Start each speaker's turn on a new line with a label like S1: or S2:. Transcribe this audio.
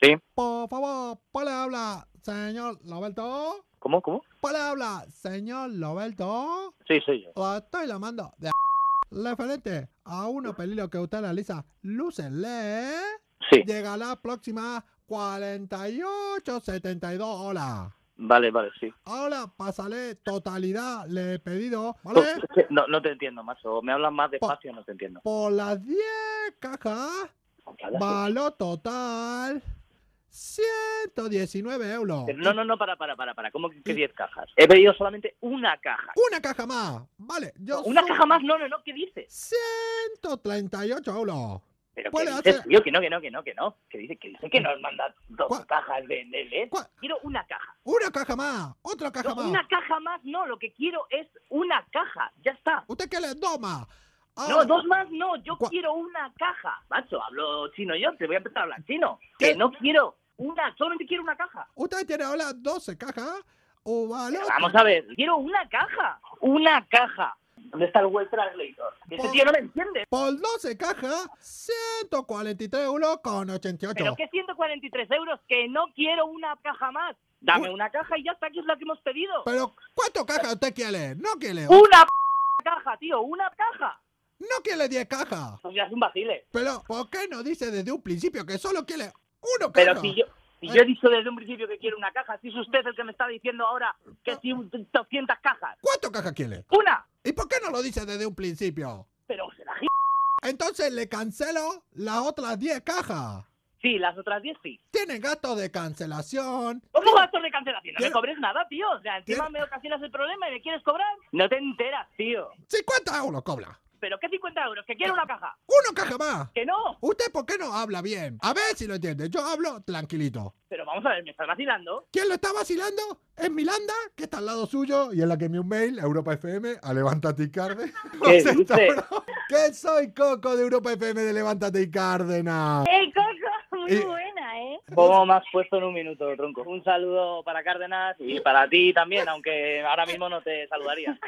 S1: Sí.
S2: Por favor, palabra, señor Roberto.
S1: ¿Cómo? ¿Cómo?
S2: Palabra, señor Roberto.
S1: Sí, soy yo.
S2: Lo estoy llamando de referente a unos pedidos que usted realiza. Lúcele.
S1: Sí.
S2: Llega la próxima 48-72 horas.
S1: Vale, vale, sí.
S2: Ahora pasaré totalidad le pedido, ¿vale?
S1: Pues, No, no te entiendo, macho. Me hablas más despacio, no te entiendo.
S2: Por las 10 cajas,
S1: Vale, sí.
S2: valor total 119 euros.
S1: Pero No, no, no, para, para, para, para. ¿Cómo que que 10 cajas? He pedido solamente una caja.
S2: Una caja más, vale. Yo
S1: ¿Una
S2: soy
S1: caja más? No, no, no, ¿qué dices?
S2: 138 euros.
S1: Pero ¿qué
S2: Puede
S1: dices,
S2: hacer-
S1: tío? Que no, que no, que no, que no. Que dice que, dice que nos manda dos
S2: ¿Cuál?
S1: cajas de, de LED.
S2: ¿Cuál?
S1: Quiero una caja.
S2: Una caja más, otra caja
S1: No,
S2: más.
S1: una caja más, no. Lo que quiero es una caja. Ya está.
S2: ¿Usted qué le doma? Ah,
S1: No, dos más no. Yo
S2: ¿Cuál?
S1: quiero una caja. Macho, hablo chino yo. Te voy a empezar a hablar chino.
S2: ¿Qué?
S1: Que no quiero una. Solamente quiero una caja.
S2: Usted tiene ahora 12 cajas o valor.
S1: Vamos a ver. Quiero una caja. Una caja. ¿Dónde está el web translator? Este
S2: Por-
S1: tío no me entiende.
S2: Por 12 cajas, 143 euros con 88.
S1: Pero que 143 euros, que no quiero una caja más. Dame una caja y ya está, que es la que hemos pedido.
S2: Pero, ¿cuánto caja usted quiere? No quiere,
S1: Una p- caja, tío, una caja.
S2: no quiere 10 cajas.
S1: Pues ya es un vacile.
S2: Pero, ¿por qué no dice desde un principio que solo quiere uno caja?
S1: Pero si yo, si yo he dicho desde un principio que quiero una caja, si es usted el que me está diciendo ahora que si un- 200 cajas.
S2: ¿Cuánto caja quiere?
S1: ¡Una!
S2: ¿Y por qué no lo dice desde un principio?
S1: Pero será g-
S2: Entonces le cancelo las otras 10 cajas.
S1: Sí, las otras 10 sí.
S2: Tienen gastos de cancelación.
S1: ¿Cómo gastos de cancelación? No me
S2: Tiene-
S1: cobres nada, tío. O sea, encima
S2: Tiene-
S1: me ocasionas el problema y me quieres cobrar. No te enteras, tío.
S2: 50 euros cobra.
S1: ¿Pero qué 50 euros? Que quiero una caja.
S2: Uno caja más.
S1: ¡Que no!
S2: ¿Usted por qué no habla bien? A ver si lo entiende. Yo hablo tranquilito.
S1: Pero vamos a ver, me estás vacilando.
S2: ¿Quién lo está vacilando? Es Milanda, que está al lado suyo y es la que envió un mail a Europa FM a Levántate y Cárdenas.
S1: ¿Qué
S2: José
S1: dice?
S2: Tauro, que soy Coco de Europa FM de Levántate y ah. Cárdenas.
S3: ¡Eh, Coco! Muy
S2: Eh.
S3: buena, ¿eh?
S1: ¿Cómo más puesto en un minuto, tronco? Un saludo para Cárdenas y para ti también, aunque ahora mismo no te saludaría.